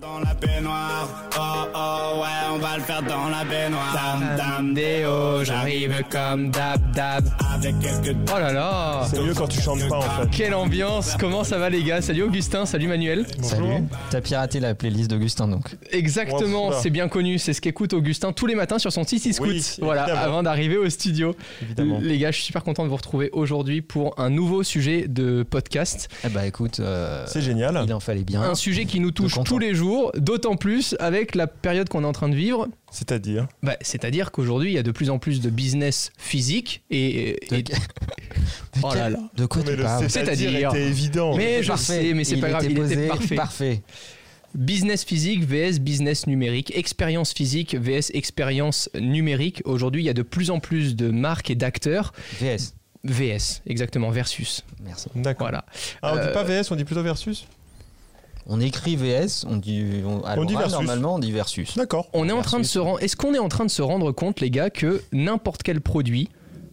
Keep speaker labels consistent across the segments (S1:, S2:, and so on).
S1: Dans la baignoire, oh oh ouais, on va le faire dans la baignoire. Dame, dame, déo, j'arrive comme dab, dab. Avec quelques
S2: Oh là là
S3: C'est mieux quand tu chantes pas en fait.
S2: Quelle ambiance Comment ça va les gars Salut Augustin, salut Manuel.
S3: Bonjour.
S4: Salut. T'as piraté la playlist d'Augustin donc.
S2: Exactement,
S3: Oh, ça.
S2: c'est bien connu, c'est ce qu'écoute Augustin tous les matins sur son Titi Scoot.
S3: Oui,
S2: voilà,
S3: évidemment.
S2: avant d'arriver au studio.
S4: Évidemment.
S2: Les gars, je suis super content de vous retrouver aujourd'hui pour un nouveau sujet de podcast.
S4: Eh bah écoute, euh,
S3: C'est génial.
S4: il en fallait bien.
S2: Un sujet qui nous touche
S4: Ah. content.
S2: tous les jours, d'autant plus avec la période qu'on est en train de vivre.
S3: C'est-à-dire.
S2: Bah, C'est-à-dire qu'aujourd'hui, il y a de plus en plus de business physique et.
S4: De,
S2: et-
S4: que-
S2: Oh là là.
S4: de quoi
S3: Mais
S4: tu
S3: le
S4: parles
S3: c'est-à-dire
S2: C'est-à-dire-
S3: était évident.
S2: mais
S4: C'était
S2: je
S4: parfait.
S2: sais, mais c'est
S4: Il
S2: pas grave,
S4: était
S2: il
S4: posé,
S2: était parfait. Business physique vs business numérique, expérience physique vs expérience numérique. Aujourd'hui, il y a de plus en plus de marques et d'acteurs
S4: VS.
S2: vs exactement versus.
S4: Merci.
S3: D'accord.
S2: Voilà.
S3: Ah, on dit
S2: Euh,
S3: pas VS, on dit plutôt versus.
S4: On écrit VS, on dit on, à
S3: On dit
S4: l'oral,
S3: versus.
S4: normalement on dit versus.
S3: D'accord.
S2: On est en
S4: Versus.
S2: train de se rendre. Est-ce qu'on est en train de se rendre compte, les gars, que n'importe quel produit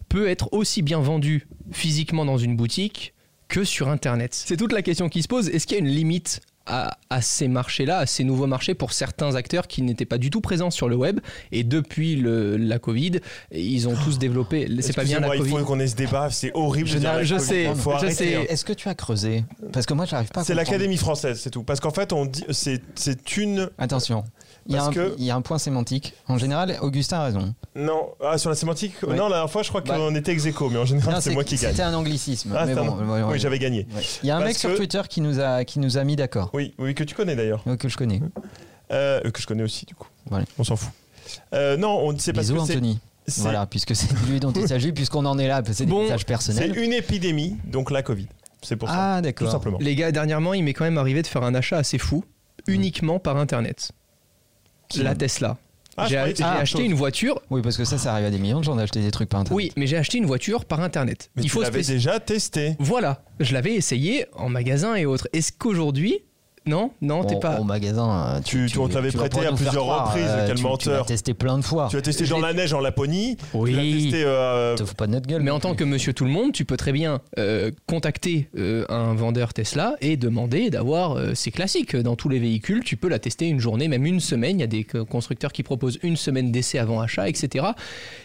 S2: peut être aussi bien vendu physiquement dans une boutique que sur Internet C'est toute la question qui se pose. Est-ce qu'il y a une limite à, à ces marchés-là, à ces nouveaux marchés pour certains acteurs qui n'étaient pas du tout présents sur le web et depuis le- la Covid, ils ont tous développé. C'est pas bien la
S3: Oh.
S2: Covid.
S3: Excusez-moi, Il faut qu'on ait ce débat, c'est horrible.
S2: Je
S3: de dire
S2: n'a-
S3: la
S2: je
S3: Covid.
S2: sais,
S3: Faut
S2: je
S3: arrêter. hein.
S2: sais. Et-
S4: Est-ce que tu as creusé Parce que moi j'arrive pas à
S3: C'est
S4: comprendre.
S3: l'Académie française, c'est tout. Parce qu'en fait, on dit, c'est, c'est une.
S4: Attention. Il y, a
S3: Parce
S4: un,
S3: que-
S4: il y a un point sémantique. En général, Augustin a raison.
S3: Non, ah, sur la sémantique.
S4: Ouais.
S3: Non, la dernière fois, je crois
S4: Bah.
S3: qu'on était ex aequo, mais en général,
S4: Non,
S3: c'est moi qui gagne.
S4: C'était un anglicisme.
S3: Ah,
S4: mais
S3: c'est un-
S4: bon, ouais, ouais,
S3: Oui, j'avais gagné.
S4: ouais. Il y a un
S3: Parce
S4: mec sur
S3: que-
S4: Twitter qui nous a, qui nous a mis d'accord.
S3: Oui, oui, que tu connais d'ailleurs.
S4: euh, Que je connais.
S3: Euh, que je connais aussi, du coup.
S4: Voilà.
S3: On s'en fout. Euh, non, on c'est parce
S4: Bisous
S3: que c'est-
S4: Anthony.
S3: c'est,
S4: Voilà, puisque c'est de lui dont il s'agit, puisqu'on en est là, parce que c'est des
S2: Bon,
S4: messages
S3: c'est
S4: personnels.
S3: une épidémie, donc la Covid. C'est pour ça.
S4: Ah,
S3: Tout
S4: d'accord.
S3: simplement.
S2: Les gars, dernièrement, il m'est quand même arrivé de faire un achat assez fou
S3: Mm.
S2: uniquement par Internet.
S4: Qui-
S2: La Tesla.
S3: Ah, je
S2: j'ai
S3: croyais que
S2: j'ai
S3: c'était
S2: acheté
S3: autre
S2: une
S3: chose.
S2: voiture.
S4: Oui, parce que ça, ça arrive à des millions de gens d'acheter des trucs par internet.
S2: Oui, mais j'ai acheté une voiture par Internet.
S3: Mais
S2: il
S3: tu
S2: faut
S3: l'avais
S2: spécifier-
S3: déjà testé.
S2: Voilà, je l'avais essayé en magasin et autres. Est-ce qu'aujourd'hui, non, non,
S4: Bon,
S2: t'es pas.
S4: Au magasin, euh,
S3: Tu- tu- on te l'avait
S4: vas
S3: prêté
S4: pas
S3: à
S4: nous faire
S3: plusieurs
S4: croire,
S3: reprises,
S4: euh,
S3: quel
S4: tu- Tu
S3: menteur.
S4: l'as testé plein de fois.
S3: Tu as testé
S2: je
S3: dans
S2: l'ai-
S3: la neige en Laponie. Tu l'as
S2: oui.
S3: testé. euh,
S4: Te fous pas de notre gueule.
S2: Mais en tant que Monsieur Tout le Monde, tu peux très bien euh, contacter euh, un vendeur Tesla et demander d'avoir. euh, c'est classique dans tous les véhicules. Tu peux la tester une journée, même une semaine. Il y a des euh, constructeurs qui proposent une semaine d'essai avant achat, etc.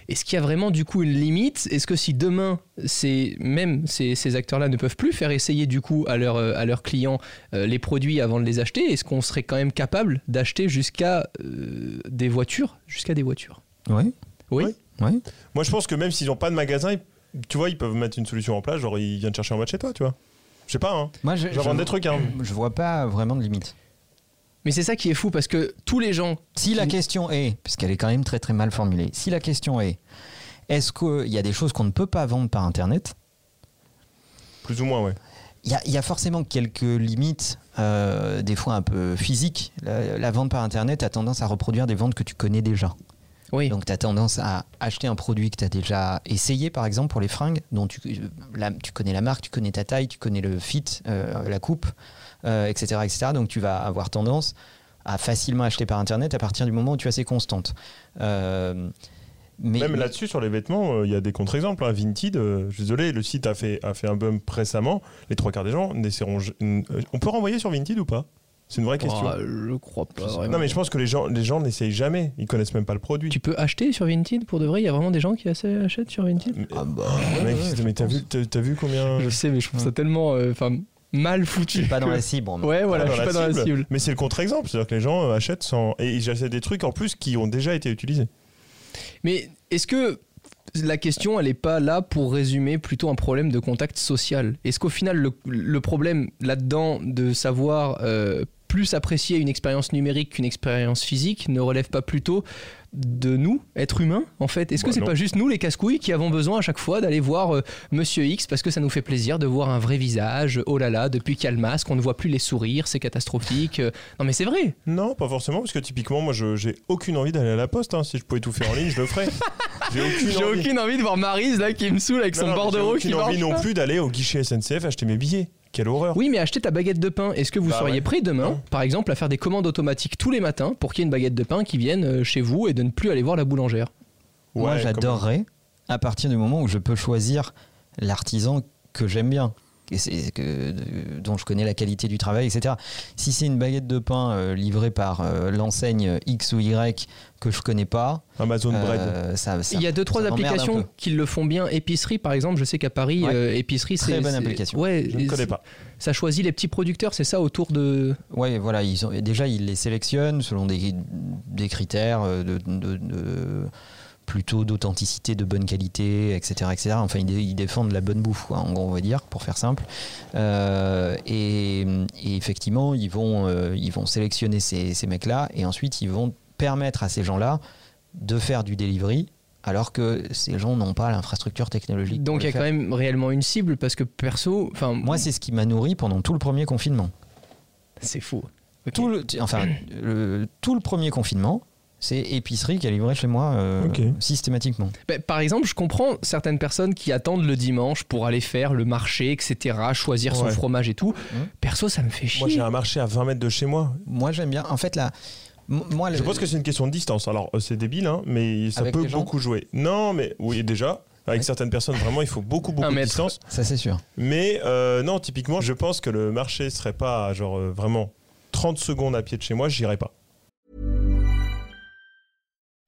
S2: Est-ce qu'il y a vraiment du coup une limite Est-ce que si demain, ces, même ces, ces acteurs-là ne peuvent plus faire essayer du coup à, leurs euh, à leurs clients euh, les produits avant de les acheter, est-ce qu'on serait quand même capable d'acheter jusqu'à euh, des voitures, jusqu'à des voitures
S4: Oui,
S2: Oui.
S3: Oui.
S4: oui.
S3: Moi, je pense que même s'ils n'ont pas de magasin, ils- tu vois, ils peuvent mettre une solution en place. Genre, ils viennent chercher en bas de chez toi, tu vois. Je sais pas, hein.
S4: Moi, je,
S3: Genre, vendre des
S4: je,
S3: trucs, hein.
S4: je vois pas vraiment de limite.
S2: Mais c'est ça qui est fou parce que tous les gens
S4: Si la
S2: Qui-
S4: question est, puisqu'elle est quand même très très mal formulée, si la question est, est-ce qu'il y a des choses qu'on ne peut pas vendre par internet
S3: Plus ou moins, ouais.
S4: Il y, a- il y a forcément quelques limites, euh, des fois un peu physiques. La, la vente par Internet a tendance à reproduire des ventes que tu connais déjà.
S2: Oui.
S4: Donc tu as tendance à acheter un produit que tu as déjà essayé, par exemple, pour les fringues, dont tu, la- tu connais la marque, tu connais ta taille, tu connais le fit, euh, la coupe, euh, etc., etc. Donc tu vas avoir tendance à facilement acheter par Internet à partir du moment où tu es assez constante. Euh, mais,
S3: Même là-dessus, sur les vêtements, euh, il y a des contre-exemples. Hein. Vinted, euh, je suis désolé, le site a fait, a fait un bum récemment. Les trois quarts des gens n'essaieront. j- n- euh, On peut renvoyer sur Vinted ou pas C'est une vraie question.
S2: Oh, je crois pas. vraiment.
S3: non, mais je pense que les gens les gens n'essayent jamais. Ils connaissent même pas le produit.
S2: Tu peux acheter sur Vinted pour de vrai Il y a vraiment des gens qui achètent sur Vinted
S3: Mais-
S4: Ah bah,
S3: Mec,
S4: ouais,
S3: mais t'as vu, t'as- t'as vu combien.
S2: Je sais, mais je trouve ça tellement euh, enfin, mal foutu.
S4: je suis pas dans
S2: que-
S4: la cible. hein, moi.
S2: Ouais, voilà, je suis pas dans la cible.
S3: Mais c'est le contre-exemple, c'est-à-dire que les gens euh, achètent sans. Et ils achètent des trucs en plus qui ont déjà été utilisés.
S2: Mais est-ce que la question, elle n'est pas là pour résumer plutôt un problème de contact social Est-ce qu'au final, le, le problème là-dedans de savoir euh, plus apprécier une expérience numérique qu'une expérience physique ne relève pas plutôt de nous, êtres humains, en fait Est-ce que
S3: Bah,
S2: c'est
S3: non.
S2: pas juste nous, les casse-couilles, qui avons besoin à chaque fois d'aller voir euh, Monsieur X parce que ça nous fait plaisir de voir un vrai visage Oh là là, depuis qu'il y a le masque, on ne voit plus les sourires, c'est catastrophique. Euh, Non, mais c'est vrai
S3: Non, pas forcément, parce que typiquement, moi, je- j'ai aucune envie d'aller à la poste. hein. Si je pouvais tout faire en ligne, je le ferais. J'ai aucune
S2: J'ai
S3: envie.
S2: aucune envie de voir Marise là qui me saoule avec
S3: Non,
S2: son
S3: non, mais
S2: bordereau
S3: J'ai
S2: qui
S3: aucune
S2: marche.
S3: envie non plus d'aller au guichet SNCF acheter mes billets. Quelle horreur.
S2: Oui, mais acheter ta baguette de pain, est-ce que vous
S3: Bah
S2: seriez
S3: ouais.
S2: prêt demain,
S3: Non.
S2: par exemple, à faire des commandes automatiques tous les matins pour qu'il y ait une baguette de pain qui vienne euh, chez vous et de ne plus aller voir la boulangère
S4: Moi,
S3: Ouais,
S4: j'adorerais à partir du moment où je peux choisir l'artisan que j'aime bien. et c'est que, de- dont je connais la qualité du travail, etc. Si c'est une baguette de pain euh, livrée par euh, l'enseigne X ou Y que je connais pas,
S3: Amazon Bread.
S4: euh, ça, ça-
S2: Il y a deux trois
S4: m'emmerde un
S2: applications
S4: peu.
S2: qui le font bien. Épicerie par exemple, je sais qu'à Paris,
S4: Ouais.
S2: euh, épicerie c'est
S4: Très bonne
S2: c'est-
S4: application.
S2: Ouais,
S3: Je ne connais pas.
S2: ça choisit les petits producteurs, c'est ça autour de.
S4: Ouais, voilà, ils ont, déjà ils les sélectionnent selon des, des critères euh, de, de- de- plutôt d'authenticité, de bonne qualité, etc., etc. Enfin, ils, dé- ils défendent la bonne bouffe, quoi, en gros, on va dire, pour faire simple. Euh, et, et effectivement, ils vont, euh, ils vont sélectionner ces, ces mecs-là et ensuite ils vont permettre à ces gens-là de faire du delivery. Alors que ces gens n'ont pas l'infrastructure technologique.
S2: Donc il y a quand même réellement une cible parce que perso, enfin
S4: Moi, c'est ce qui m'a nourri pendant tout le premier confinement.
S2: c'est fou. Ok.
S4: tout le, tu- enfin, le- tout le premier confinement, c'est épicerie qui a livré chez moi euh,
S3: Ok.
S4: systématiquement.
S2: Ben, par exemple, je comprends certaines personnes qui attendent le dimanche pour aller faire le marché, etc., choisir son
S3: Ouais.
S2: fromage et tout.
S4: Mhm.
S2: Perso, ça me fait
S3: Moi,
S2: chier.
S3: j'ai un marché à 20 mètres de chez moi.
S4: Moi, j'aime bien. En fait, là, m- moi,
S3: Je
S2: Euh,
S4: le-
S3: pense que c'est une question de distance. Alors, euh, c'est débile, hein, mais ça
S4: Avec
S3: peut
S4: les gens
S3: beaucoup jouer. Non, mais oui, déjà, avec
S4: Ouais.
S3: certaines personnes, vraiment, il faut beaucoup,
S2: Un
S3: beaucoup de
S2: mètre.
S3: distance.
S4: ça, c'est sûr.
S3: Mais euh, non, typiquement, je pense que le marché serait pas à, genre euh, vraiment 30 secondes à pied de chez moi, j'irais pas.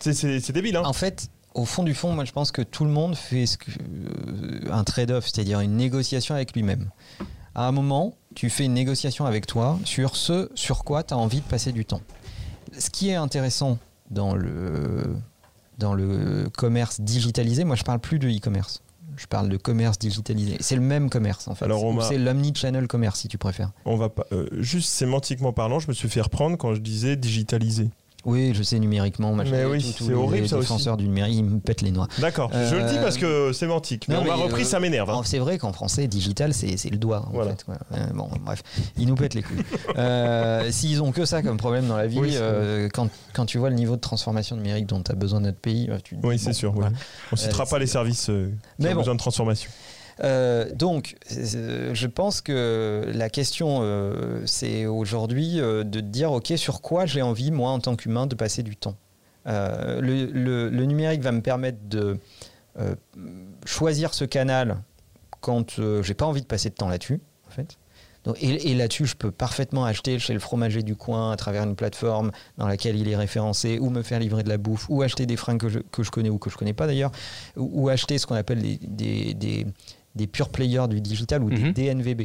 S3: C'est- C'est c'est débile, hein.
S4: En fait, au fond du fond, moi, je pense que tout le monde fait ce que, euh, un trade-off, c'est-à-dire une négociation avec lui-même. À un moment, tu fais une négociation avec toi sur ce sur quoi tu as envie de passer du temps. Ce qui est intéressant dans le, dans le commerce digitalisé, moi, je parle plus de e-commerce. Je parle de commerce digitalisé. C'est le même commerce en fait.
S3: Alors, on
S4: Ou
S3: m'a-
S4: C'est l'omnichannel commerce si tu préfères.
S3: On va pas. euh, juste sémantiquement parlant, je me suis fait reprendre quand je disais digitaliser.
S4: Oui, je sais numériquement. machin,
S3: Mais oui,
S4: tous- tous
S3: c'est
S4: les
S3: horrible, ça aussi.
S4: défenseurs du numérique, ils me pètent les noix.
S3: D'accord, je le dis
S4: Euh,
S3: parce que sémantique. Mais
S4: non,
S3: on m'a
S4: mais,
S3: repris,
S4: euh,
S3: ça m'énerve. hein.
S4: Oh, C'est vrai qu'en français, digital, c'est c'est le doigt. En
S3: Voilà.
S4: fait, quoi. Euh, bon, bref, ils nous pètent les couilles. Euh, S'ils ont que ça comme problème dans la vie,
S3: Oui, c'est
S4: euh, quand, quand tu vois le niveau de transformation numérique dont tu as besoin notre pays, euh, tu te dis,
S3: Oui, c'est
S4: bon,
S3: sûr.
S4: voilà.
S3: oui. On citera
S4: Euh,
S3: pas les services euh, qui
S4: Mais
S3: ont
S4: bon.
S3: besoin de transformation.
S4: Euh, donc, euh, je pense que la question, euh, c'est aujourd'hui euh, de te dire, OK, sur quoi j'ai envie, moi, en tant qu'humain, de passer du temps Euh, le, le- le numérique va me permettre de euh, choisir ce canal quand euh, j'ai pas envie de passer de temps là-dessus, en fait. Donc, et et là-dessus, je peux parfaitement acheter chez le fromager du coin à travers une plateforme dans laquelle il est référencé, ou me faire livrer de la bouffe, ou acheter des fringues que je, que je connais ou que je connais pas d'ailleurs, ou, ou acheter ce qu'on appelle des, des, des- des pure players du digital ou
S2: Mhm.
S4: des DNVB.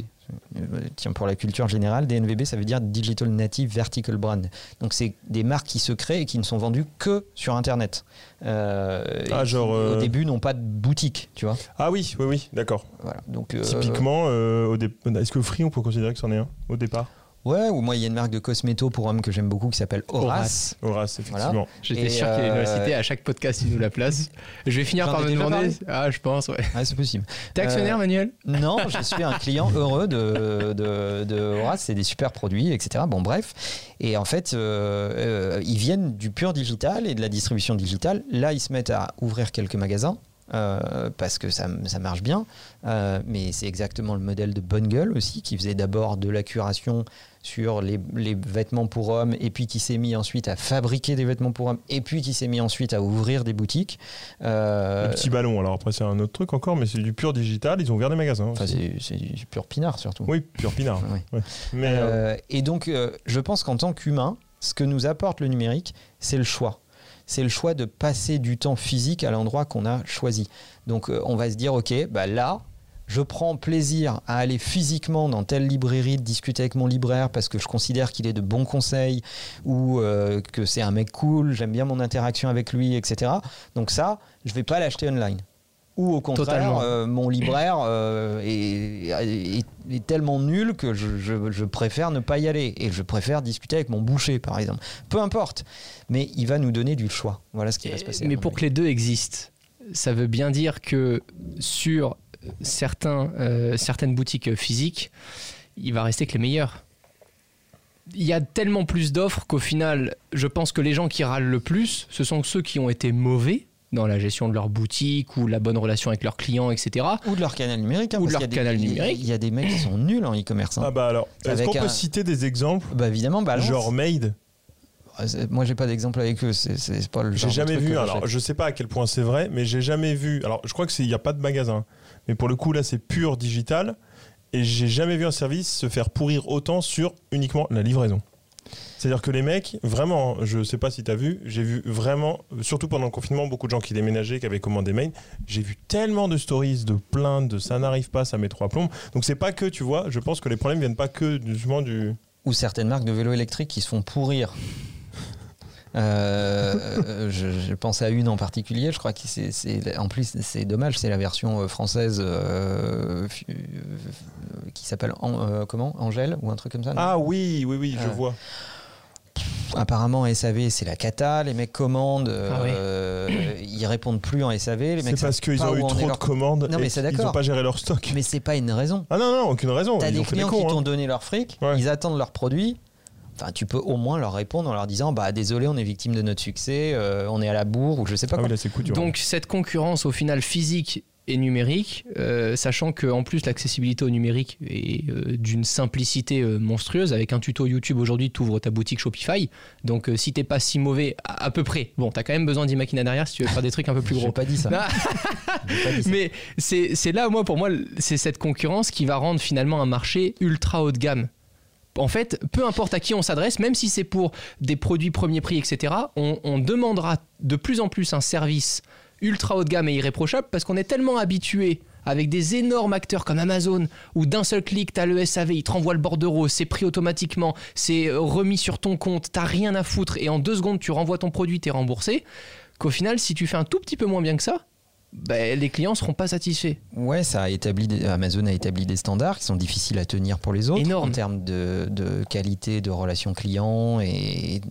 S4: Euh, Tiens, pour la culture générale, DNVB, ça veut dire Digital Native Vertical Brand. Donc, c'est des marques qui se créent et qui ne sont vendues que sur Internet. Euh,
S3: Ah,
S4: et qui,
S3: genre, euh,
S4: Au début, n'ont pas de boutique, tu vois.
S3: Ah oui, oui, oui, d'accord.
S4: Voilà. Donc, euh,
S3: Typiquement, euh, au dé- est-ce que Free, on peut considérer que c'en est un au départ
S4: Ouais, ou moi, il y a une marque de cosméto pour hommes que j'aime beaucoup qui s'appelle Horace.
S3: Horace,
S4: Voilà.
S3: effectivement.
S2: J'étais
S4: Et,
S2: sûr qu'il allait nous la citer à chaque podcast, il nous la place. Je vais finir
S4: J'en
S2: par
S4: ai
S2: me
S4: déjà
S2: demander. Ah, je pense, ouais.
S4: Ouais, c'est possible.
S2: T'es actionnaire,
S4: Euh,
S2: Manuel
S4: Non, je suis un client heureux de, de, de Horace, c'est des super produits, etc. Bon, bref. Et en fait, euh, euh, ils viennent du pur digital et de la distribution digitale. Là, ils se mettent à ouvrir quelques magasins. euh, parce que ça, ça marche bien, Euh, mais c'est exactement le modèle de Bonne Gueule aussi, qui faisait d'abord de la curation sur les, les vêtements pour hommes, et puis qui s'est mis ensuite à fabriquer des vêtements pour hommes, et puis qui s'est mis ensuite à ouvrir des boutiques. Euh,
S3: Le petit ballon, alors après, c'est un autre truc encore, mais c'est du pur digital. Ils ont ouvert des magasins.
S4: enfin,
S3: aussi.
S4: c'est c'est du pur pinard surtout.
S3: Oui, pur pinard.
S4: Ouais.
S3: Ouais. Mais euh,
S4: Euh, et donc, euh, je pense qu'en tant qu'humain, ce que nous apporte le numérique, c'est le choix. C'est le choix de passer du temps physique à l'endroit qu'on a choisi. Donc, euh, on va se dire, OK, bah là, je prends plaisir à aller physiquement dans telle librairie, de discuter avec mon libraire parce que je considère qu'il est de bons conseils ou euh, que c'est un mec cool, j'aime bien mon interaction avec lui, etc. Donc ça, je vais pas l'acheter online. Ou au contraire,
S2: Totalement.
S4: euh, mon libraire euh, est, est- est tellement nul que je, je- je préfère ne pas y aller. Et je préfère discuter avec mon boucher, par exemple. Peu importe. Mais il va nous donner du choix. Voilà ce qui va se passer. à
S2: Mais
S4: mon
S2: pour
S4: avis.
S2: que les deux existent, ça veut bien dire que sur certains, euh, certaines boutiques physiques, il va rester que les meilleurs. Il y a tellement plus d'offres qu'au final, je pense que les gens qui râlent le plus, ce sont ceux qui ont été mauvais dans la gestion de leur boutique ou la bonne relation avec leurs clients, etc.
S4: Ou de leur canal numérique. hein,
S2: Ou de
S4: parce
S2: leur
S4: qu'il y a
S2: canal
S4: des- il y a-
S2: numérique.
S4: Il y a des mecs qui sont nuls en e-commerce. hein.
S3: Ah bah alors, est-ce
S4: Avec
S3: qu'on
S4: un-
S3: peut citer des exemples
S4: Bah, évidemment, balance.
S3: genre Made
S4: Ah, c'est- Moi, j'ai pas d'exemple avec eux. C'est c'est pas le genre
S3: J'ai
S4: de
S3: jamais
S4: truc
S3: vu, hein,
S4: que
S3: alors
S4: j'achète.
S3: je sais pas à quel point c'est vrai, mais j'ai jamais vu. Alors je crois que c'est- il n'y a pas de magasin, mais pour le coup là c'est pur digital et j'ai jamais vu un service se faire pourrir autant sur uniquement la livraison. C'est-à-dire que les mecs, vraiment, je sais pas si t'as vu, j'ai vu vraiment, surtout pendant le confinement, beaucoup de gens qui déménageaient, qui avaient commandé mail, j'ai vu tellement de stories, de plaintes, de ça n'arrive pas, ça met trois plombes. Donc c'est pas que, tu vois, je pense que les problèmes viennent pas que justement du...
S4: Ou certaines marques de vélos électriques qui se font pourrir. Euh, je, je pense à une en particulier. Je crois que c'est, c'est- en plus c'est dommage. C'est la version euh, française euh, fu- euh, qui s'appelle An- euh, comment Angèle ou un truc comme ça. non
S3: Ah oui, oui, oui, je
S4: Ah.
S3: vois.
S4: Apparemment SAV c'est la cata. Les mecs commandent,
S2: Ah oui.
S4: euh, ils répondent plus en SAV. Les mecs
S3: C'est parce
S4: savent
S3: qu'ils
S4: pas
S3: ont
S4: où
S3: eu
S4: en est
S3: trop de
S4: leur-
S3: commandes
S4: Non, mais
S3: et
S4: c'est
S3: qu'ils n'ont
S4: d'accord.
S3: pas géré leur stock.
S4: Mais c'est pas une raison.
S3: Ah non, non, aucune raison.
S4: T'as
S3: Ils
S4: des
S3: ont fait
S4: clients qui
S3: cons,
S4: t'ont
S3: hein.
S4: donné leur fric,
S3: Ouais.
S4: ils attendent leur produit. Enfin, tu peux au moins leur répondre en leur disant bah désolé, on est victime de notre succès, euh, on est à la bourre ou je sais pas
S3: Ah
S4: quoi.
S3: oui, là, c'est coup dur.
S2: Donc cette concurrence au final physique et numérique, euh, sachant que en plus l'accessibilité au numérique est euh, d'une simplicité euh, monstrueuse. Avec un tuto YouTube aujourd'hui, tu ouvres ta boutique Shopify. Donc euh, si t'es pas si mauvais, à, à peu près. Bon, t'as quand même besoin d'Imakina derrière si tu veux faire des trucs un peu plus
S4: J'ai
S2: gros.
S4: pas dit ça.
S2: Non.
S4: J'ai pas dit ça.
S2: Mais c'est c'est là, moi, pour moi, c'est cette concurrence qui va rendre finalement un marché ultra haut de gamme. En fait, peu importe à qui on s'adresse, même si c'est pour des produits premier prix, etc., on, on demandera de plus en plus un service ultra haut de gamme et irréprochable parce qu'on est tellement habitué avec des énormes acteurs comme Amazon où d'un seul clic, t'as le SAV, il te renvoie le bordereau, c'est pris automatiquement, c'est euh, remis sur ton compte, t'as rien à foutre et en deux secondes, tu renvoies ton produit, t'es remboursé. Qu'au final, si tu fais un tout petit peu moins bien que ça, ben, les clients seront pas satisfaits.
S4: Ouais, ça a établi des- Amazon a établi des standards qui sont difficiles à tenir pour les autres
S2: Énorme.
S4: en termes de, de qualité de relation client et,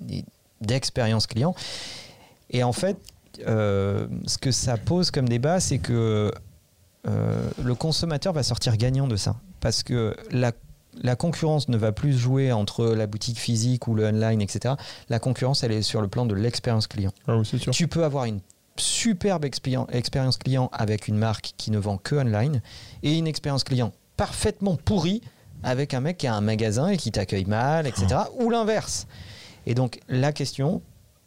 S4: et d'expérience client. Et en fait, euh, ce que ça pose comme débat, c'est que euh, le consommateur va sortir gagnant de ça. Parce que la, la concurrence ne va plus se jouer entre la boutique physique ou le online, etc. La concurrence, elle est sur le plan de l'expérience client.
S3: Ah oui, c'est sûr.
S4: Tu peux avoir une superbe expéri- expérience client avec une marque qui ne vend que online et une expérience client parfaitement pourrie avec un mec qui a un magasin et qui t'accueille mal, etc. Ou l'inverse. Et donc la question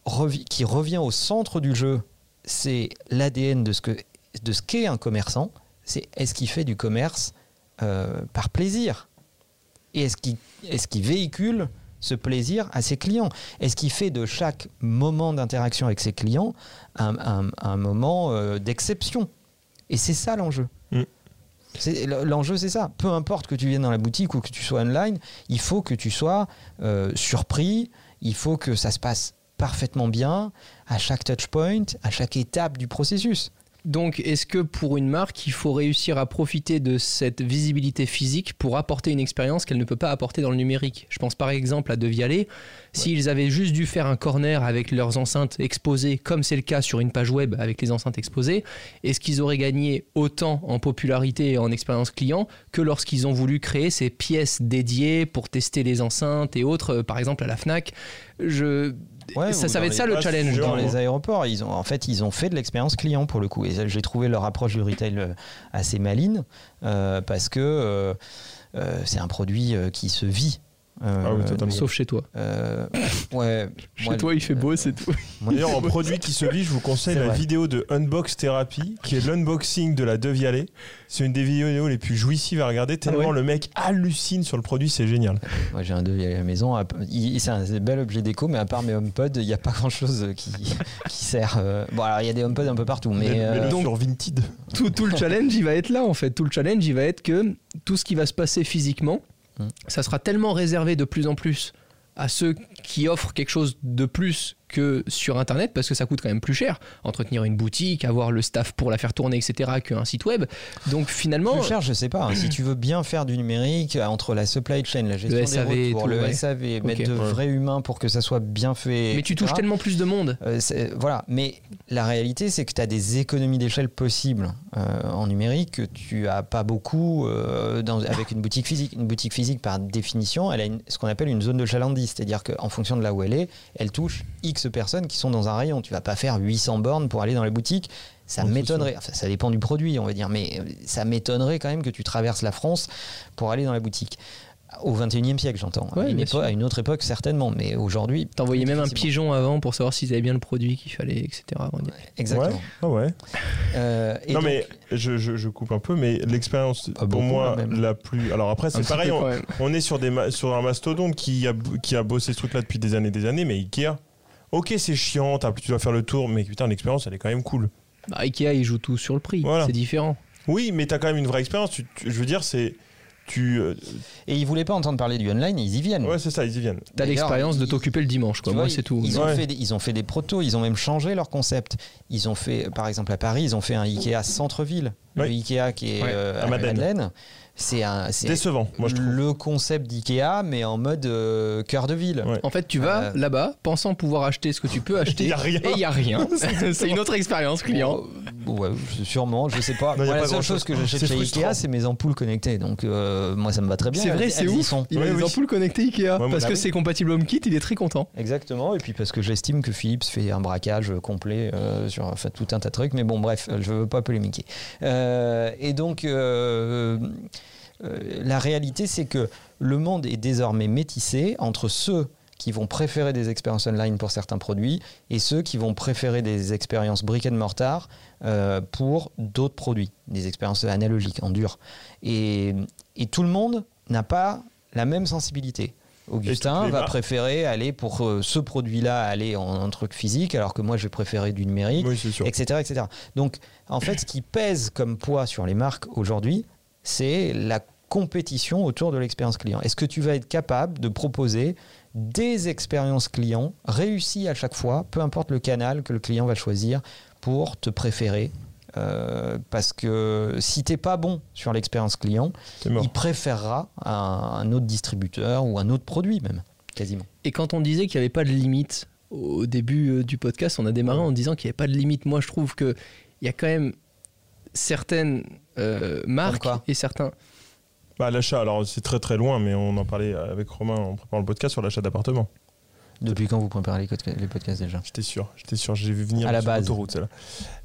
S4: revi- qui revient au centre du jeu, c'est l'ADN de ce que de ce qu'est un commerçant. C'est est-ce qu'il fait du commerce euh, par plaisir et est-ce qu'il est-ce qu'il véhicule ce plaisir à ses clients Est-ce qu'il fait de chaque moment d'interaction avec ses clients un, un- un moment euh, d'exception Et c'est ça l'enjeu.
S3: Mm.
S4: C'est- l- L'enjeu, c'est ça. Peu importe que tu viennes dans la boutique ou que tu sois online, il faut que tu sois euh, surpris, il faut que ça se passe parfaitement bien à chaque touchpoint, à chaque étape du processus.
S2: Donc, est-ce que pour une marque, il faut réussir à profiter de cette visibilité physique pour apporter une expérience qu'elle ne peut pas apporter dans le numérique Je pense par exemple à De Vialet. S'ils avaient juste dû faire un corner avec leurs enceintes exposées, comme c'est le cas sur une page web avec les enceintes exposées, est-ce qu'ils auraient gagné autant en popularité et en expérience client que lorsqu'ils ont voulu créer ces pièces dédiées pour tester les enceintes et autres, euh, par exemple à la Fnac Je...
S4: Ouais,
S2: ça,
S4: ou
S2: ça
S4: dans
S2: va être
S4: les
S2: ça le
S3: passes,
S2: challenge.
S3: genre, euh,
S2: dans
S4: dans
S2: les-
S4: les aéroports. Ils ont, en fait, ils ont fait de l'expérience client pour le coup. Et j'ai trouvé leur approche du retail euh, assez maline euh, parce que euh, euh, c'est un produit euh, qui se vit. Euh,
S3: Ah oui, totalement.
S2: Sauf chez toi.
S4: euh, ouais, moi,
S2: il fait beau, c'est tout.
S4: moi,
S3: D'ailleurs, en produit qui se vit, je vous conseille
S4: C'est
S3: la
S4: vrai.
S3: vidéo de Unbox Therapy, qui est l'unboxing de la Devialet. C'est une des vidéos les plus jouissives à
S4: Ah
S3: regarder, tellement
S2: ouais
S3: le mec hallucine sur le produit, c'est génial.
S4: moi, j'ai un devis à la maison. à- il- C'est un bel objet déco, mais à part mes HomePod, il n'y a pas grand chose qui, qui sert. euh. Bon, alors il y a des HomePod un peu partout, mais.
S3: Mais,
S4: euh,
S3: le sur Vinted.
S2: tout, tout le challenge, il va être là en fait. Tout le challenge, il va être que tout ce qui va se passer physiquement,
S4: Mm.
S2: ça sera tellement réservé de plus en plus à ceux qui offrent quelque chose de plus que sur Internet parce que ça coûte quand même plus cher. Entretenir une boutique, avoir le staff pour la faire tourner, etc., qu'un site web. Donc finalement,
S4: Plus cher, je sais pas. hein. si tu veux bien faire du numérique, euh, entre la supply chain, la gestion des
S2: SAV et
S4: retours,
S2: tout,
S4: le
S2: ouais.
S4: SAV, mettre
S2: Ok.
S4: de
S3: Ouais.
S4: vrais humains pour que ça soit bien fait.
S2: mais tu
S4: etc.
S2: touches tellement plus de monde.
S4: Euh, c'est- voilà, mais la réalité, c'est que tu as des économies d'échelle possibles euh, en numérique que tu as pas beaucoup euh, dans- avec une boutique physique. Une boutique physique, par définition, elle a une- ce qu'on appelle une zone de chalandise, c'est-à-dire qu'en fonction de là où elle est, elle touche X personnes qui sont dans un rayon. Tu vas pas faire 800 bornes pour aller dans les boutiques. Ça
S3: Non, c'est
S4: m'étonnerait, enfin, ça dépend du produit, on va dire, mais euh, ça m'étonnerait quand même que tu traverses la France pour aller dans la boutique. Au 21e siècle, j'entends.
S2: Ouais,
S4: à, une
S2: bien
S4: épo-
S2: sûr.
S4: à une autre époque, certainement, mais aujourd'hui.
S2: T'envoyais même un
S4: difficilement.
S2: pigeon avant pour savoir s'ils avaient bien le produit qu'il fallait, etc. avant d'y-
S4: Exactement.
S3: Ouais. Ah ouais.
S4: Euh, et
S3: non
S4: donc-
S3: mais je, je- je coupe un peu, mais l'expérience pour
S4: beaucoup,
S3: moi
S4: là, même.
S3: la plus. Alors après
S2: Un
S3: c'est
S2: petit
S3: pareil,
S2: peu
S3: on,
S2: quand même.
S3: on est sur des ma- sur un mastodonte qui a qui a bossé ce truc là depuis des années, et des années, mais Ikea. Ok, c'est chiant, t'as- tu dois faire le tour, mais putain, l'expérience, elle est quand même cool.
S2: Bah, Ikea, ils jouent tout sur le prix.
S3: Voilà.
S2: C'est différent.
S3: Oui, mais t'as quand même une vraie expérience. tu- tu- je veux dire, c'est. Tu, euh,
S4: Et ils voulaient pas entendre parler du online, et ils y viennent.
S3: ouais, c'est ça, ils y viennent.
S2: T'as
S4: D'ailleurs,
S2: l'expérience de
S4: ils-
S2: t'occuper le dimanche,
S4: Tu
S2: quoi.
S4: vois,
S2: Moi,
S4: ils-
S2: c'est tout.
S4: Ils,
S2: mais-
S4: ont
S3: Ouais.
S4: fait des, ils ont fait des protos, ils ont même changé leur concept. Ils ont fait, par exemple, à Paris, ils ont fait un Ikea centre-ville. Le
S3: Ouais.
S4: Ikea qui est
S2: Ouais,
S4: euh,
S3: à
S4: à
S3: Madeleine.
S4: Madeleine, c'est un. c'est
S3: Décevant, moi je trouve.
S4: le concept d'Ikea, mais en mode euh, cœur de ville.
S3: Ouais.
S2: En fait, tu vas
S4: Euh,
S2: là-bas, pensant pouvoir acheter ce que tu peux acheter,
S3: Y a rien.
S2: et il y a rien. c'est une autre expérience client.
S4: Euh, Ouais, je- sûrement, je sais pas.
S3: Non, y a
S4: Moi,
S3: pas
S4: la seule
S3: grand-chose.
S4: chose que j'achète
S3: C'est
S4: chez
S3: frustrant.
S4: Ikea, c'est mes ampoules connectées. Donc, euh, moi, ça me va très bien.
S2: C'est vrai,
S4: Elles-
S2: c'est
S4: elles y
S2: ouf.
S4: sont.
S2: Il a
S3: Oui,
S2: les
S3: oui.
S2: ampoules connectées Ikea parce
S3: mais bah
S2: que
S3: oui.
S2: c'est compatible HomeKit, il est très content.
S4: Exactement, et puis parce que j'estime que Philips fait un braquage complet euh, sur enfin, tout un tas de trucs, mais bon, bref, euh, je veux pas polémiquer. Euh, et donc, euh, euh, la réalité, c'est que le monde est désormais métissé entre ceux qui vont préférer des expériences online pour certains produits et ceux qui vont préférer des expériences brick and mortar euh, pour d'autres produits, des expériences analogiques, en dur. Et, et tout le monde n'a pas la même sensibilité.
S3: toutes
S4: Augustin
S3: les
S4: va
S3: marques.
S4: préférer aller pour euh, ce produit-là, aller en un truc physique, alors que moi je vais préférer du numérique,
S3: Oui, c'est sûr.
S4: etc., etc. Donc en fait, ce qui pèse comme poids sur les marques aujourd'hui, c'est la compétition autour de l'expérience client. Est-ce que tu vas être capable de proposer des expériences clients réussies à chaque fois, peu importe le canal que le client va choisir pour te préférer Euh, Parce que si t'es pas bon sur l'expérience client,
S3: C'est mort.
S4: il préférera un, un autre distributeur ou un autre produit même, quasiment.
S2: Et quand on disait qu'il n'y avait pas de limite au début euh, du podcast, on a démarré en disant qu'il n'y avait pas de limite. Moi, je trouve que il y a quand même certaines euh, marques
S4: quoi
S2: et certains.
S3: Bah, l'achat, alors c'est très très loin, mais on en parlait avec Romain en préparant le podcast sur l'achat d'appartement.
S4: Depuis quand vous préparez les, podca- les podcasts déjà
S3: J'étais sûr, j'étais sûr, j'ai vu venir
S4: À la
S3: sur
S4: base.
S3: l'autoroute, celle-là.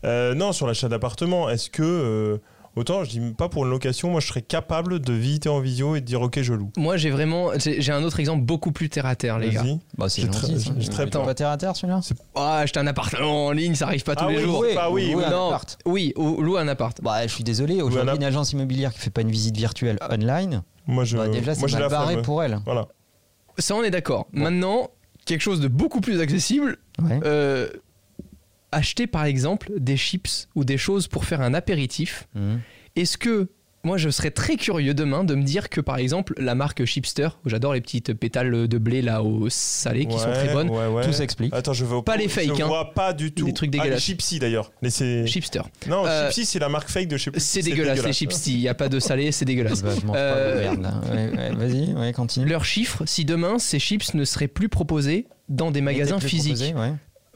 S3: Euh, non, sur l'achat d'appartement, est-ce que. euh, autant, je dis pas pour une location, moi je serais capable de visiter en visio et de dire ok, je loue.
S2: Moi, j'ai vraiment, j'ai j'ai un autre exemple beaucoup plus terre à terre, Ah, les gars.
S3: Vas-y.
S4: Bah c'est
S3: J'ai très-
S4: gentil. ça.
S3: j'ai très
S4: Mais t'as
S3: peur.
S4: pas terre à terre celui-là
S2: Ah, acheter un appartement en ligne, ça arrive pas tous
S3: Ah
S2: les
S3: oui,
S2: jours.
S3: bah oui,
S4: louer
S3: oui.
S4: un
S2: Non,
S4: appart.
S2: oui, ou louer un appart.
S4: Bah, je suis désolé, aujourd'hui
S3: app-
S4: une agence immobilière qui fait pas une visite virtuelle online,
S3: Moi je.
S4: bah, déjà
S3: moi
S4: c'est
S3: j'ai la
S4: mal barré
S3: flemme.
S4: pour elle.
S3: Voilà.
S2: Ça, on est d'accord. Maintenant, quelque chose de beaucoup plus accessible.
S4: Ouais.
S2: euh, acheter par exemple des chips ou des choses pour faire un apéritif.
S4: Mhm.
S2: Est-ce que moi, je serais très curieux demain de me dire que par exemple la marque Chipster, où j'adore les petites pétales de blé là au salé qui sont
S3: Ouais,
S2: très bonnes.
S3: ouais, ouais.
S4: Tout s'explique.
S3: Attends, je veux
S2: Pas les fakes,
S3: Je
S2: hein.
S3: vois pas du tout.
S2: Les trucs
S3: Ah, les
S2: dégueulasses.
S3: Chipsy d'ailleurs. Mais c'est.
S2: Chipster,
S3: Non,
S2: Euh,
S3: Chipsy c'est la marque fake de je sais plus.
S2: c'est dégueulasse, les chips. Il n'y a pas de salé, c'est dégueulasse.
S4: hein. Bah, je mange pas
S2: Euh,
S4: de merde, là. Ouais, ouais, Vas-y, ouais, continue.
S2: Leurs chiffres, si demain ces chips ne seraient plus proposés dans des magasins
S4: Était plus
S2: physiques,
S4: proposé, ouais.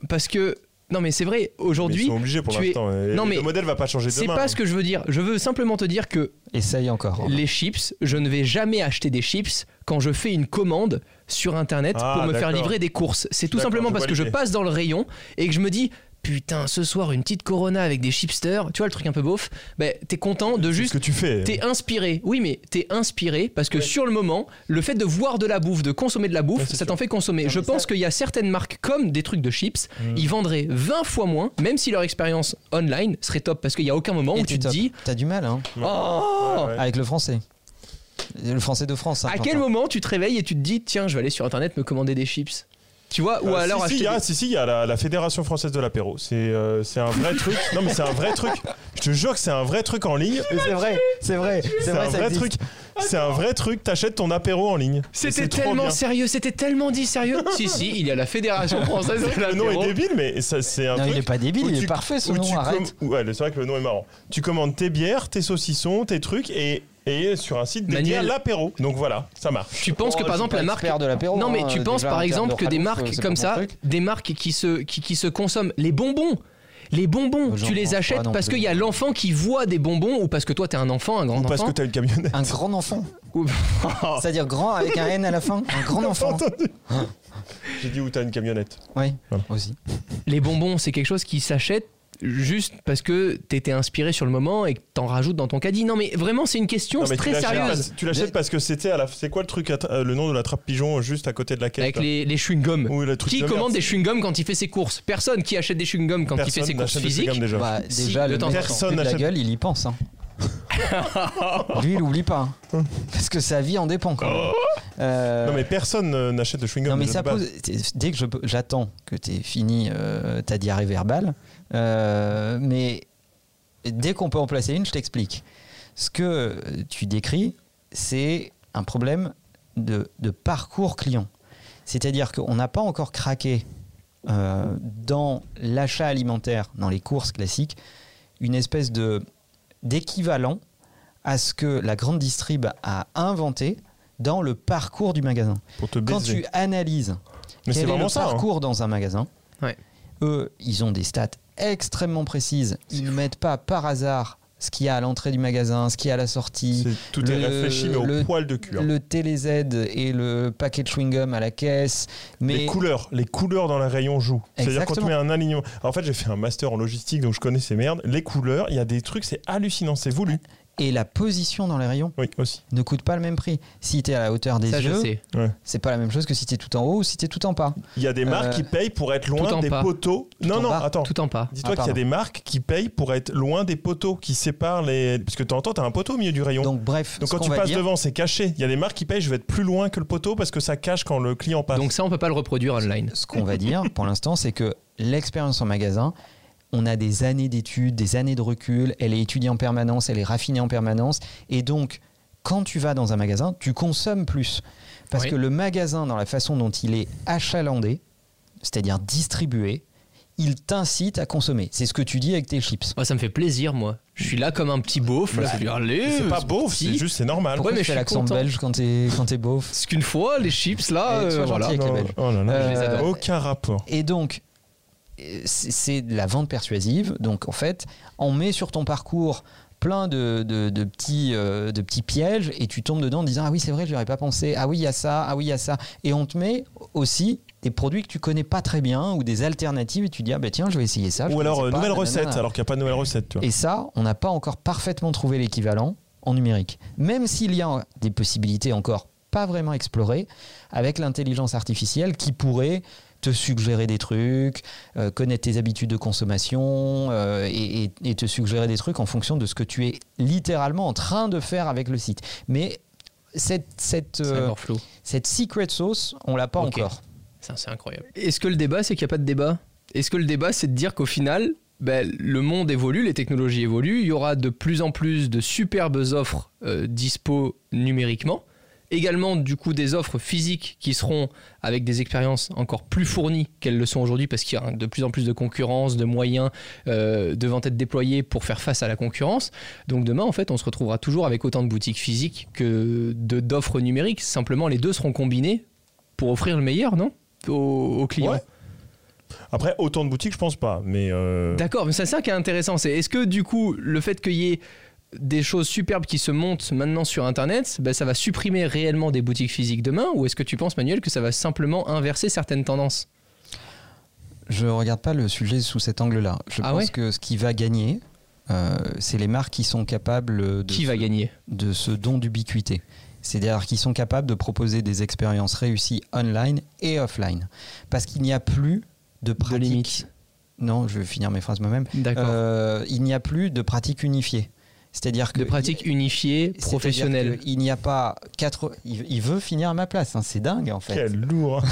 S2: parce que non mais c'est vrai
S3: Mais Ils
S2: aujourd'hui,
S3: sont obligés pour
S2: tu es-
S3: l'instant. et
S2: Non, mais
S3: le modèle va pas changer
S2: c'est
S3: demain. hein.
S2: pas ce que je veux dire. Je veux simplement te dire que
S4: Essaye encore.
S2: les chips, je ne vais jamais acheter des chips quand je fais une commande sur internet
S3: Ah,
S2: pour me faire
S3: d'accord.
S2: livrer des courses. C'est tout
S3: D'accord,
S2: simplement
S3: je
S2: parce
S3: vois
S2: que je
S3: l'idée.
S2: passe dans le rayon et que je me dis putain ce soir une petite Corona avec des chipsters, tu vois le truc un peu beauf. Ben t'es content de
S3: C'est
S2: juste
S3: ce que tu fais.
S2: T'es inspiré, oui, mais t'es inspiré parce que sur le moment, le fait de voir de la bouffe, de consommer de la bouffe,
S3: Ouais, c'est
S2: ça
S3: sûr.
S2: t'en fait consommer.
S4: Non,
S2: Je
S4: mais
S2: pense
S4: ça-
S2: qu'il y a certaines marques comme des trucs de chips,
S3: Mm.
S2: ils vendraient 20 fois moins, même si leur expérience online serait top parce qu'il n'y a aucun moment
S4: Et
S2: où tu te
S4: top.
S2: dis
S4: T'as du mal, hein,
S2: Oh
S3: Ouais.
S4: avec le français. Le français de France. hein,
S2: À quel
S4: j'entends.
S2: moment tu te réveilles et tu te dis Tiens, je vais aller sur internet me commander des chips Tu vois Ou
S3: Euh,
S2: alors
S3: si,
S2: acheter.
S3: si, il y a,
S2: des-
S3: si, si, il y a la, la Fédération française de l'apéro. C'est euh, c'est un vrai truc. Non, mais c'est un vrai truc. Je te jure que c'est un vrai truc en ligne.
S4: Mais c'est vrai. C'est vrai, c'est
S3: C'est
S4: vrai,
S3: un
S4: ça
S3: vrai
S4: existe.
S3: truc. C'est un vrai truc. T'achètes ton apéro en ligne. Et
S2: C'était
S3: c'est trop
S2: tellement
S3: bien.
S2: sérieux, c'était tellement dit sérieux. si, si, il y a la Fédération Française de
S3: Le nom
S2: l'apéro.
S3: est débile, mais ça, c'est un
S4: Non,
S3: truc.
S4: il est pas débile,
S3: où
S4: il est
S3: tu-
S4: parfait ce
S3: où
S4: nom,
S3: tu com-
S4: arrête.
S3: Ouais, c'est vrai que le nom est marrant. Tu commandes tes bières, tes saucissons, tes trucs et, et sur un site dédié à
S2: Manuel.
S3: l'apéro. Donc voilà, ça marche.
S2: Tu penses que
S4: Oh,
S2: par
S4: je suis
S2: exemple
S4: pas
S2: la marque
S4: expert de l'apéro,
S2: Non mais
S4: hein,
S2: tu pennes
S4: euh,
S2: penses
S4: déjà, en
S2: par
S4: termes
S2: exemple
S4: de
S2: que des
S4: ralouf, euh,
S2: marques
S4: c'est
S2: comme
S4: pas mon
S2: ça,
S4: truc.
S2: des marques qui se qui, qui se consomment, les bonbons les bonbons,
S4: J'en
S2: tu
S4: mange
S2: les
S4: pas
S2: achètes
S4: non
S2: parce
S4: plus.
S2: qu'il y a l'enfant qui voit des bonbons ou parce que toi t'es un enfant, un grand
S3: Ou parce
S2: enfant.
S3: que t'as une camionnette.
S4: Un grand enfant.
S2: Ou-
S3: Oh.
S4: C'est-à-dire grand avec un N à la fin. Un grand enfant. Ah.
S3: J'ai dit où t'as une camionnette.
S4: Oui,
S3: Voilà.
S4: aussi.
S2: les bonbons, c'est quelque chose qui s'achète juste parce que t'étais inspiré sur le moment et que t'en rajoutes dans ton caddie. Non mais vraiment c'est une question
S3: Non, mais tu
S2: très
S3: l'achètes
S2: sérieuse.
S3: parce- Tu l'achètes parce que c'était à la. C'est quoi le truc, à tra- euh, le nom de la trappe pigeon juste à côté de la caisse
S2: Avec
S3: là
S2: les, les chewing-gums.
S3: Oui, le truc
S2: qui
S3: de merde.
S2: commande des chewing-gums quand il fait ses courses Personne qui achète des chewing-gums quand il fait
S3: Personne
S2: ses courses
S3: n'achète de ces
S2: physiques.
S3: gammes déjà.
S4: Bah,
S2: Si,
S4: déjà,
S2: de
S4: le
S2: temps en
S4: mec
S2: temps.
S4: qui fait de la
S3: Personne
S4: gueule, il y pense. hein. Lui, il oublie pas. hein. Parce que sa vie en dépend quand
S2: Oh.
S4: même. Euh,
S3: Non mais personne euh, n'achète de chewing-gum.
S4: Non mais
S3: déjà
S4: ça
S3: de base.
S4: pose. c'est- Dès que je peux- j'attends que t'aies fini euh, ta diarrhée verbale, euh, mais dès qu'on peut en placer une, je t'explique. Ce que euh, tu décris, c'est un problème de, de parcours client. C'est-à-dire qu'on n'a pas encore craqué euh, dans l'achat alimentaire, dans les courses classiques, une espèce de d'équivalent à ce que la grande distrib a inventé dans le parcours du magasin
S3: Pour te
S4: quand
S3: baiser.
S4: tu analyses
S3: Mais c'est
S4: quel est
S3: vraiment
S4: le
S3: ça. hein.
S4: parcours dans un magasin,
S2: Ouais.
S4: eux, ils ont des stats extrêmement précises. Ils ne mettent pas par hasard ce qu'il y a à l'entrée du magasin, ce qu'il y a à la sortie,
S3: C'est- Tout est
S4: le-
S3: réfléchi mais au
S4: le-
S3: poil de cul. hein.
S4: le TéléZ et le paquet de chewing-gum à la caisse.
S3: Les
S4: Mais
S3: couleurs, les couleurs dans la rayon jouent. C'est-à-dire quand tu
S4: Exactement.
S3: mets un alignement. Alors, en fait, j'ai fait un master en logistique, donc je connais ces merdes. Les couleurs, il y a des trucs, c'est hallucinant, c'est voulu.
S4: et la position dans les rayons
S3: Oui, aussi.
S4: ne coûte pas le même prix. Si tu es à la hauteur des
S2: Ça je
S4: yeux,
S2: sais.
S4: c'est pas la même chose que si tu es tout en haut ou si tu es tout en bas.
S3: Il y a des
S4: Euh,
S3: marques qui payent pour être
S2: tout
S3: loin
S2: en
S3: des
S2: bas.
S3: poteaux. non,
S4: en
S3: non,
S4: bas.
S3: attends.
S2: Tout en pas.
S3: Dis-toi qu'il y a
S4: Ah, pardon.
S3: des marques qui payent pour être loin des poteaux, qui séparent les. Parce que tu entends, t'as un poteau au milieu du rayon. Donc,
S4: Donc bref, ce
S3: quand
S4: qu'on
S3: tu
S4: va
S3: passes
S4: dire,
S3: devant, c'est caché. Il y a des marques qui payent, je vais être plus loin que le poteau parce que ça cache quand le client passe.
S2: Donc ça on peut pas le reproduire online.
S4: ce qu'on va dire pour l'instant, c'est que l'expérience en magasin, on a des années d'études, des années de recul, elle est étudiée en permanence, elle est raffinée en permanence. Et donc, quand tu vas dans un magasin, tu consommes plus. Parce
S2: Oui.
S4: que le magasin, dans la façon dont il est achalandé, c'est-à-dire distribué, il t'incite à consommer. C'est ce que tu dis avec tes chips.
S2: Moi, ça me fait plaisir, moi. Je suis là comme un petit beauf. Là, je dis, allez,
S3: Bah, c'est pas
S2: ce
S3: beau,
S2: petit.
S3: c'est juste, c'est normal.
S2: Pourquoi
S4: Pourquoi
S2: mais
S4: tu
S2: je suis
S4: fais l'accent
S2: content.
S4: belge quand t'es quand t'es beauf
S2: Parce qu'une fois, les chips, là,
S4: Eh, sois
S2: euh,
S4: gentil
S2: voilà.
S4: avec les
S3: Non,
S4: Belges.
S3: oh là là.
S4: Euh,
S2: je les adore.
S3: Aucun rapport.
S4: Et donc, euh, c'est c'est de la vente persuasive. Donc, en fait, on met sur ton parcours plein de, de- de petits, euh, de petits pièges et tu tombes dedans en disant Ah oui, c'est vrai, je n'y aurais pas pensé. Ah oui, il y a ça. Ah oui, il y a ça. Et on te met aussi des produits que tu connais pas très bien ou des alternatives et tu dis Ah ben tiens, je vais essayer ça. je
S3: Ou alors,
S4: connaissais
S3: euh,
S4: pas,
S3: nouvelle
S4: nanana.
S3: recette, alors qu'il n'y a pas de nouvelle recette, tu vois.
S4: Et ça, on n'a pas encore parfaitement trouvé l'équivalent en numérique. Même s'il y a des possibilités encore pas vraiment explorées avec l'intelligence artificielle qui pourrait te suggérer des trucs, euh, connaître tes habitudes de consommation euh, et, et- et te suggérer des trucs en fonction de ce que tu es littéralement en train de faire avec le site. Mais cette, cette,
S2: C'est
S4: euh,
S2: encore flou.
S4: cette secret sauce, on l'a pas
S2: Ok.
S4: encore.
S2: Ça, C'est incroyable. Est-ce que le débat, c'est qu'il n'y a pas de débat Est-ce que le débat, c'est de dire qu'au final, ben, le monde évolue, les technologies évoluent, il y aura de plus en plus de superbes offres euh, dispo numériquement Également, du coup, des offres physiques qui seront avec des expériences encore plus fournies qu'elles le sont aujourd'hui parce qu'il y a de plus en plus de concurrence, de moyens euh, devant être déployés pour faire face à la concurrence. Donc demain, en fait, on se retrouvera toujours avec autant de boutiques physiques que de- d'offres numériques. Simplement, les deux seront combinés pour offrir le meilleur, non aux, aux clients.
S3: Ouais. Après, autant de boutiques, je pense pas. Mais euh,
S2: D'accord, mais c'est ça qui est intéressant. C'est est-ce que du coup, le fait qu'il y ait des choses superbes qui se montent maintenant sur Internet, ben, ça va supprimer réellement des boutiques physiques demain Ou est-ce que tu penses, Manuel, que ça va simplement inverser certaines tendances
S4: Je regarde pas le sujet sous cet angle-là. Je
S2: Ah
S4: pense
S2: ouais
S4: que ce qui va gagner, euh, c'est les marques qui sont capables de
S2: Qui va
S4: se-
S2: gagner
S4: de ce don d'ubiquité. C'est-à-dire qu'ils sont capables de proposer des expériences réussies online et offline. Parce qu'il n'y a plus de pratique.
S2: limite.
S4: Non, je vais finir mes phrases moi-même.
S2: D'accord.
S4: Euh, il n'y a plus de pratique unifiée. C'est-à-dire que
S2: de pratique unifiée,
S4: c'est-à-dire
S2: professionnelle.
S4: que Il n'y a pas quatre. Il il veut finir à ma place. hein, C'est dingue en fait.
S3: Quel lourd. hein.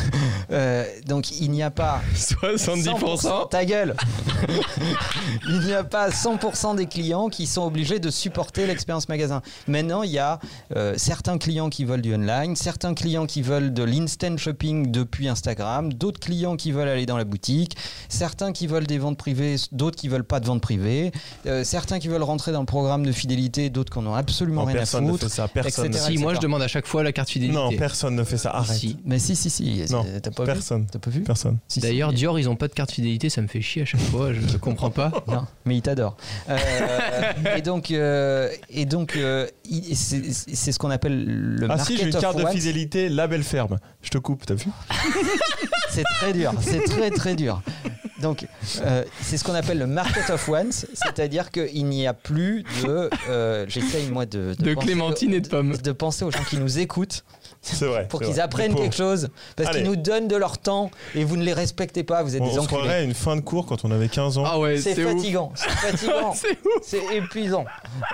S4: Euh, donc il n'y a pas 100%, ta gueule Il n'y a pas 100% des clients qui sont obligés de supporter l'expérience magasin. Maintenant, il y a euh, certains clients qui veulent du online, certains clients qui veulent de l'instant shopping depuis Instagram, d'autres clients qui veulent aller dans la boutique, certains qui veulent des ventes privées, d'autres qui veulent pas de ventes privées, euh, certains qui veulent rentrer dans le programme de fidélité, d'autres qui n'en ont absolument
S3: Non,
S4: rien à
S3: personne ne
S4: foutre.
S3: fait ça. Personne.
S4: etc.
S2: Si, moi je demande à chaque fois la carte fidélité.
S3: Non, personne ne fait ça. Arrête.
S2: Si.
S4: Mais si, si, si,
S3: Non,
S4: t'as pas vu
S3: personne.
S4: T'as pas vu
S3: Personne.
S4: Si, si.
S2: D'ailleurs, Dior, ils ont pas de carte fidélité, ça me fait chier à chaque fois, je ne comprends pas.
S4: Non, mais il t'adore. Euh, et donc, euh, et donc, euh, il- c'est c'est ce qu'on appelle le
S3: Ah si,
S4: market
S3: j'ai une
S4: of
S3: carte de
S4: what.
S3: fidélité, label ferme. Je te coupe, t'as vu
S4: C'est très dur, c'est très très dur. Donc, euh, c'est ce qu'on appelle le market of ones, c'est-à-dire qu'il n'y a plus de. euh, J'essaye moi de.
S2: De
S4: penser
S2: clémentine et de pommes.
S4: De penser aux gens qui nous écoutent
S3: C'est vrai.
S4: pour
S3: c'est
S4: qu'ils
S3: vrai.
S4: apprennent
S3: Les pauvres.
S4: quelque chose, parce
S3: Allez.
S4: qu'ils nous donnent de leur temps et vous ne les respectez pas, vous êtes
S3: On,
S4: des
S3: on se
S4: enculés.
S3: croirait à une fin de cours quand on avait 15 ans.
S2: Ah ouais,
S4: C'est
S2: c'est ouf.
S4: fatigant, c'est fatigant.
S2: C'est ouf.
S4: C'est épuisant.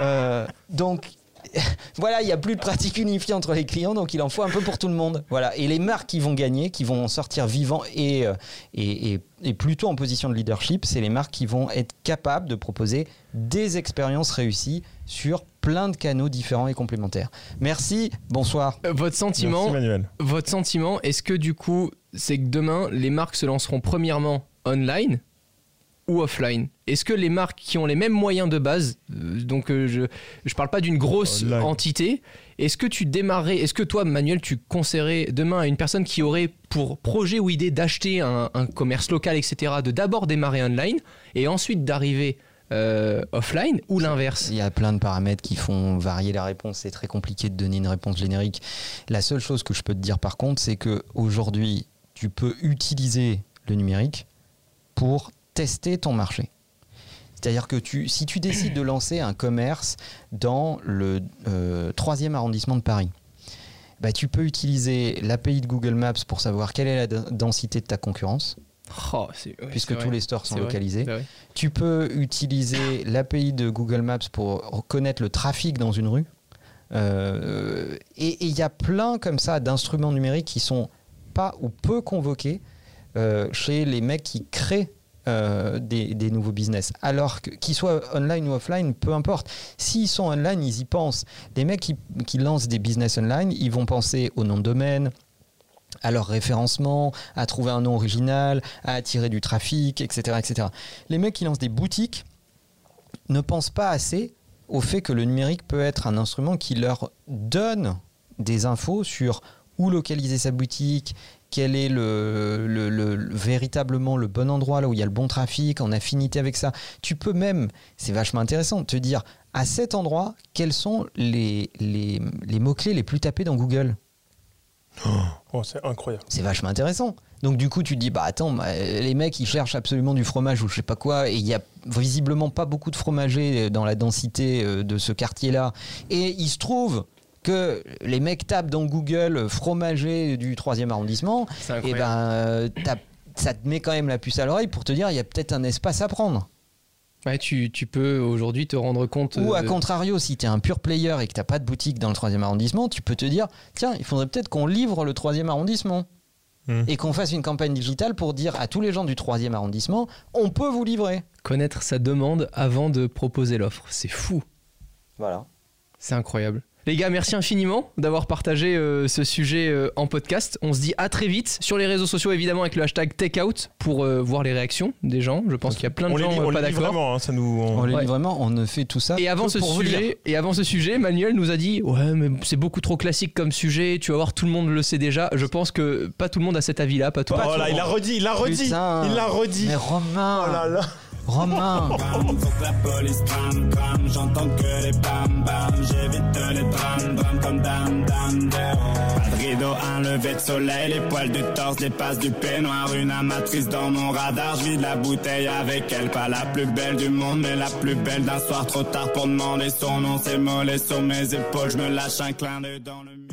S4: Euh, donc. Voilà, il n'y a plus de pratique unifiée entre les clients, donc il en faut un peu pour tout le monde. Voilà, et les marques qui vont gagner, qui vont en sortir vivants et, euh, et, et- et plutôt en position de leadership, c'est les marques qui vont être capables de proposer des expériences réussies sur plein de canaux différents et complémentaires. Merci, bonsoir.
S2: Euh, Votre sentiment,
S3: Merci Manuel.
S2: votre sentiment, est-ce que du coup, c'est que demain, les marques se lanceront premièrement online ou offline Est-ce que les marques qui ont les mêmes moyens de base, euh, donc euh, je je parle pas d'une grosse
S3: Online.
S2: entité, est-ce que tu démarrais, est-ce que toi, Manuel, tu conseillerais demain à une personne qui aurait pour projet ou idée d'acheter un, un commerce local, etc., de d'abord démarrer online et ensuite d'arriver euh, offline ou l'inverse
S4: Il y a plein de paramètres qui font varier la réponse. C'est très compliqué de donner une réponse générique. La seule chose que je peux te dire par contre, c'est que aujourd'hui, tu peux utiliser le numérique pour tester ton marché. C'est-à-dire que tu, si tu décides de lancer un commerce dans le euh, troisième arrondissement de Paris, bah, tu peux utiliser l'API de Google Maps pour savoir quelle est la d- densité de ta concurrence,
S2: Oh, c'est- ouais,
S4: puisque
S2: c'est
S4: tous
S2: vrai.
S4: les stores sont
S2: C'est vrai.
S4: localisés.
S2: C'est vrai.
S4: Tu peux utiliser l'API de Google Maps pour reconnaître le trafic dans une rue. Euh, et et il y a plein comme ça d'instruments numériques qui sont pas ou peu convoqués euh, chez les mecs qui créent euh, des, des nouveaux business. Alors que- qu'ils soient online ou offline, peu importe. S'ils sont online, ils y pensent. Les mecs qui, qui lancent des business online, ils vont penser au nom de domaine, à leur référencement, à trouver un nom original, à attirer du trafic, etc. etc. Les mecs qui lancent des boutiques ne pensent pas assez au fait que le numérique peut être un instrument qui leur donne des infos sur où localiser sa boutique, quel est le, le- le- le- véritablement le bon endroit, là où il y a le bon trafic, en affinité avec ça. Tu peux même, c'est vachement intéressant, te dire à cet endroit, quels sont les- les- les mots-clés les plus tapés dans Google
S3: Oh, c'est incroyable.
S4: c'est vachement intéressant. Donc du coup, tu te dis, bah attends, bah, euh, les mecs, ils cherchent absolument du fromage ou je sais pas quoi, et il y a visiblement pas beaucoup de fromagers dans la densité euh, de ce quartier-là. Et il se trouve que les mecs tapent dans Google euh, fromager du 3e arrondissement,
S2: C'est
S4: et
S2: incroyable.
S4: ben euh, t'as- ça te met quand même la puce à l'oreille pour te dire, il y a peut-être un espace à prendre.
S2: Ouais, tu, tu peux aujourd'hui te rendre compte. euh,
S4: Ou à
S3: euh,
S2: de-
S4: contrario, si tu es un pur player et que t'as pas de boutique dans le 3e arrondissement, tu peux te dire tiens, il faudrait peut-être qu'on livre le 3e arrondissement.
S3: Hmm.
S4: Et qu'on fasse une campagne digitale pour dire à tous les gens du 3e arrondissement on peut vous livrer.
S2: connaître sa demande avant de proposer l'offre. C'est fou,
S4: Voilà.
S2: c'est incroyable. Les gars, merci infiniment d'avoir partagé euh, ce sujet euh, en podcast. On se dit à très vite sur les réseaux sociaux, évidemment, avec le hashtag TakeOut pour euh, voir les réactions des gens. Je pense qu'il y a plein de
S3: on
S2: gens
S3: les lit,
S2: euh,
S3: on
S2: pas
S3: les lit
S2: d'accord.
S3: vraiment, hein, ça nous. on-
S4: On les
S2: Ouais.
S4: lit vraiment, on ne fait tout ça.
S2: Et avant,
S4: que
S2: ce
S4: pour vous lire.
S2: sujet, et avant ce sujet, Manuel nous a dit Ouais, mais c'est beaucoup trop classique comme sujet, tu vas voir, tout le monde le sait déjà. Je pense que pas tout le monde a cet avis-là, pas tout
S3: Oh
S2: le monde.
S3: là, il l'a redit, il l'a redit,
S4: Putain.
S3: il l'a redit.
S4: Mais Romain,
S3: Oh là là.
S4: Romain,
S1: Bam, faut que la police tram tram, j'entends que les bam bam, j'évite les drames drames comme dame dame de Pas de rideau, un lever de soleil, les poils du torse, les passes du peignoir, une amatrice dans mon radar, je vide la bouteille avec elle, pas la plus belle du monde, mais la plus belle d'un soir trop tard pour demander son nom, c'est mollet sur mes épaules, je me lâche un clin d'œil dans le mur.